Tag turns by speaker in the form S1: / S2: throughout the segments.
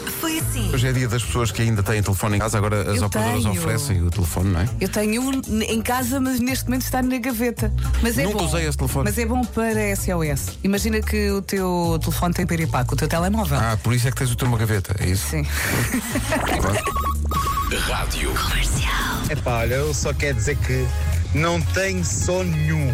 S1: assim.
S2: Hoje é dia das pessoas que ainda têm telefone em casa, agora as
S1: Eu
S2: operadoras
S1: tenho.
S2: oferecem o telefone, não é?
S1: Eu tenho um em casa, mas neste momento está na gaveta. Mas é
S2: Nunca
S1: bom.
S2: usei esse telefone.
S1: Mas é bom para SOS. Imagina que o teu telefone tem piripaco, o teu telemóvel.
S2: Ah, por isso é que tens o teu uma gaveta, é isso?
S1: Sim.
S3: Epá, olha, eu só quero dizer que não tenho sono nenhum.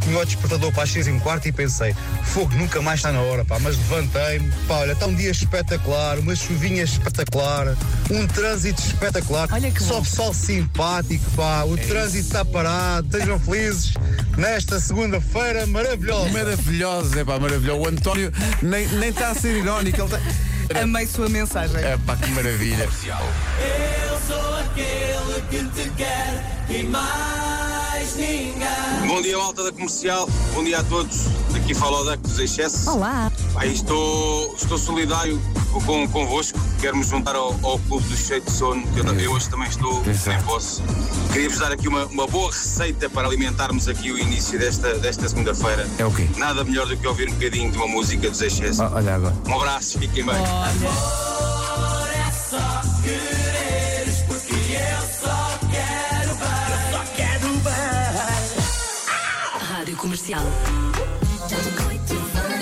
S3: Tinha o despertador para as 6 e um quarto e pensei, fogo, nunca mais está na hora, pá, mas levantei-me, pá, olha, está um dia espetacular, uma chuvinha espetacular, um trânsito espetacular,
S1: Olha que
S3: só
S1: bom. É
S3: pessoal simpático, pá, o trânsito está parado, sejam felizes nesta segunda-feira maravilhosa.
S2: Maravilhosa, é pá, maravilhosa. O António nem nem está a ser irónico, ele está.
S1: Amei sua mensagem.
S2: É pá, que maravilha.
S4: Bom dia, malta da comercial. Bom dia a todos. Daqui fala o Deco dos Excessos.
S5: Olá.
S4: Aí estou, estou solidário com, convosco. Quero-me juntar ao, ao Clube do Cheio de Sono, que eu, também- eu hoje também estou sem
S2: Exato.
S4: posse. Queria-vos dar aqui uma, uma boa receita para alimentarmos aqui o início desta, desta segunda-feira.
S2: É o quê?
S4: Nada melhor do que ouvir um bocadinho de uma música dos Excessos.
S2: Ah, Olha agora.
S4: Um abraço, fiquem bem.
S5: Rádio Comercial.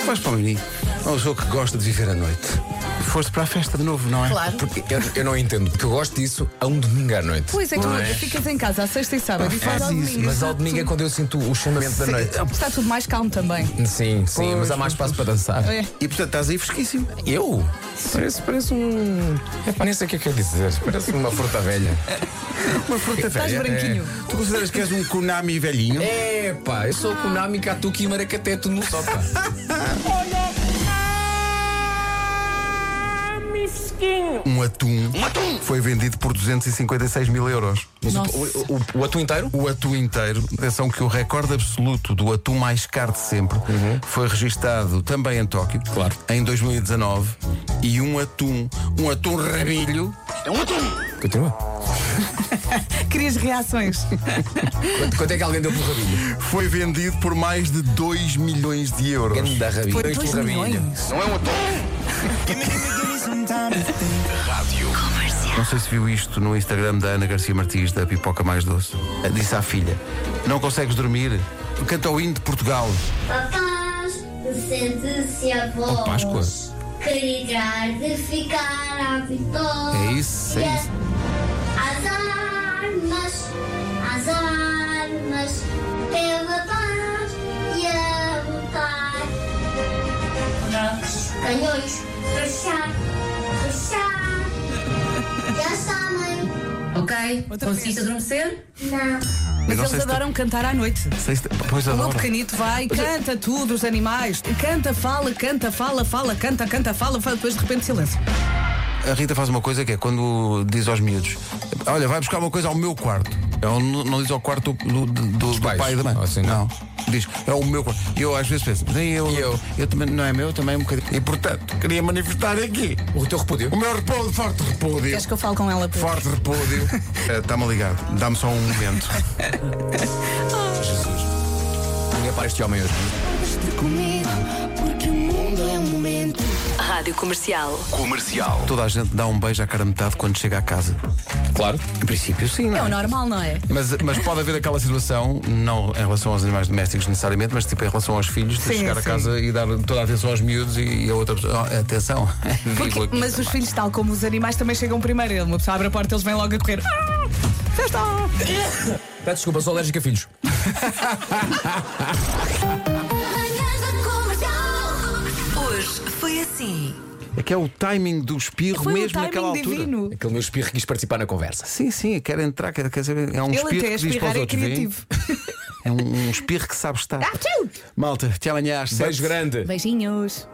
S2: Faz para o menino.
S6: É um jogo que gosta de viver a noite.
S2: Foste para a festa de novo, não é?
S1: Claro.
S6: Porque eu, eu não entendo, porque eu gosto disso a um domingo à noite.
S1: Pois é que tu ficas em casa à sexta e
S2: É
S1: sábado e faz ao domingo.
S6: Mas ao domingo é quando eu sinto o chamamento da noite.
S1: Está tudo mais calmo também.
S2: É
S6: Sim, sim, mas há mais espaço para dançar.
S1: É.
S2: E portanto estás aí fresquíssimo.
S6: Eu? Parece, parece um. Epá, nem sei o que é que eu ia dizer. Parece uma fruta velha.
S2: Uma fruta
S1: Estás
S2: velha.
S1: branquinho.
S2: Tu consideras que és um Konami
S1: É
S2: velhinho?
S6: Epá, eu sou o Konami, Katuki e Maracaté, tudo no só, pá.
S2: Um atum. Um atum! Foi vendido por 256 mil euros.
S6: Mas o,
S1: Nossa.
S6: o- o- o atum inteiro?
S2: O atum inteiro, atenção que o recorde absoluto do atum mais caro de sempre foi registado também em Tóquio,
S6: Uhum. Claro.
S2: em 2019, e um atum, um atum rabilho,
S6: Continua.
S2: É.
S1: Querias reações.
S6: Quanto, quanto é que alguém deu pelo rabilho?
S2: foi vendido por mais de 2 milhões de euros.
S6: Grande da rabilho.
S1: Foi dois
S6: Pelo rabilho.
S1: milhões.
S2: Não sei se viu isto no Instagram da Ana Garcia Martins, da Pipoca Mais Doce. Disse à filha: Não consegues dormir? Canta o hino de Portugal.
S7: Papás, sente-se a voz.
S6: Oh, Páscoa.
S7: Querer de ficar à vitória.
S2: É isso, é isso.
S7: As armas, as armas, pela paz e a lutar. Brancos, canhões, rachar, rachar. Já sabem,
S5: Ok? Conseguiste adormecer?
S7: não.
S1: Mas
S2: não
S1: eles
S2: sei se-
S1: adoram cantar à noite.
S2: Sei se- Pois
S1: O meu
S2: adoro.
S1: pequenito vai, canta tudo, os animais. Canta, fala, canta, fala, fala, canta, canta, fala, fala, depois de repente silêncio.
S2: A Rita faz uma coisa que é quando diz aos miúdos: Olha, vai buscar uma coisa ao meu quarto. Ela não não diz ao quarto do, do- do- do
S6: pais.
S2: pai e da mãe.
S6: Ah, sim,
S2: não.
S6: não.
S2: Diz, é o meu quarto. E eu às vezes penso, nem eu,
S6: E eu?
S2: também, não é meu, também é um bocadinho. E portanto, queria manifestar aqui
S6: O teu repúdio?
S2: o meu repúdio, forte repúdio.
S1: Queres que eu fale com ela? depois?
S2: Forte repúdio. Eh, Está-me a ligar, dá-me só um momento.
S6: Olha para este homem hoje.
S5: Rádio Comercial.
S2: Toda a gente dá um beijo à cara metade quando chega a casa.
S6: Claro.
S2: Em princípio, sim, não
S1: É
S2: é?
S1: o normal, não é?
S2: Mas, mas pode haver aquela situação, não em relação aos animais domésticos necessariamente, mas tipo em relação aos filhos, de
S1: Sim,
S2: chegar a
S1: sim.
S2: casa e dar toda a atenção aos miúdos e, e a outra pessoa. "Oh, atenção. Digo
S1: Porque,
S2: aqui
S1: mas os
S2: também."
S1: filhos, tal como os animais, também chegam primeiro. Uma pessoa abre a porta, eles vêm logo a correr. Ah, já está!
S2: É
S6: Peço desculpa, sou alérgico a filhos.
S7: Manhãs da comercial.
S5: Hoje foi assim.
S2: É que é o timing do espirro
S1: Foi um
S2: mesmo naquela
S1: timing
S2: altura. Um
S1: divino.
S6: Aquele meu espirro que quis participar na conversa.
S2: Sim, sim, quer entrar, quer, quer saber. É um
S1: Ele
S2: espirro
S1: até a
S2: que diz para
S1: espirrar
S2: os
S1: é
S2: outros. "Vem".
S1: criativo. Ah,
S2: É um, um espirro que sabe estar.
S1: Achou!
S2: Malta, até amanhã às
S6: Beijo
S2: sete.
S6: grande.
S1: Beijinhos!